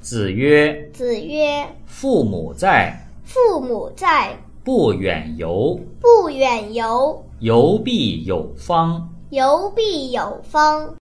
子曰子曰：“父母在，：“父母在，不远游，不远游，游必有方。”游必有方。”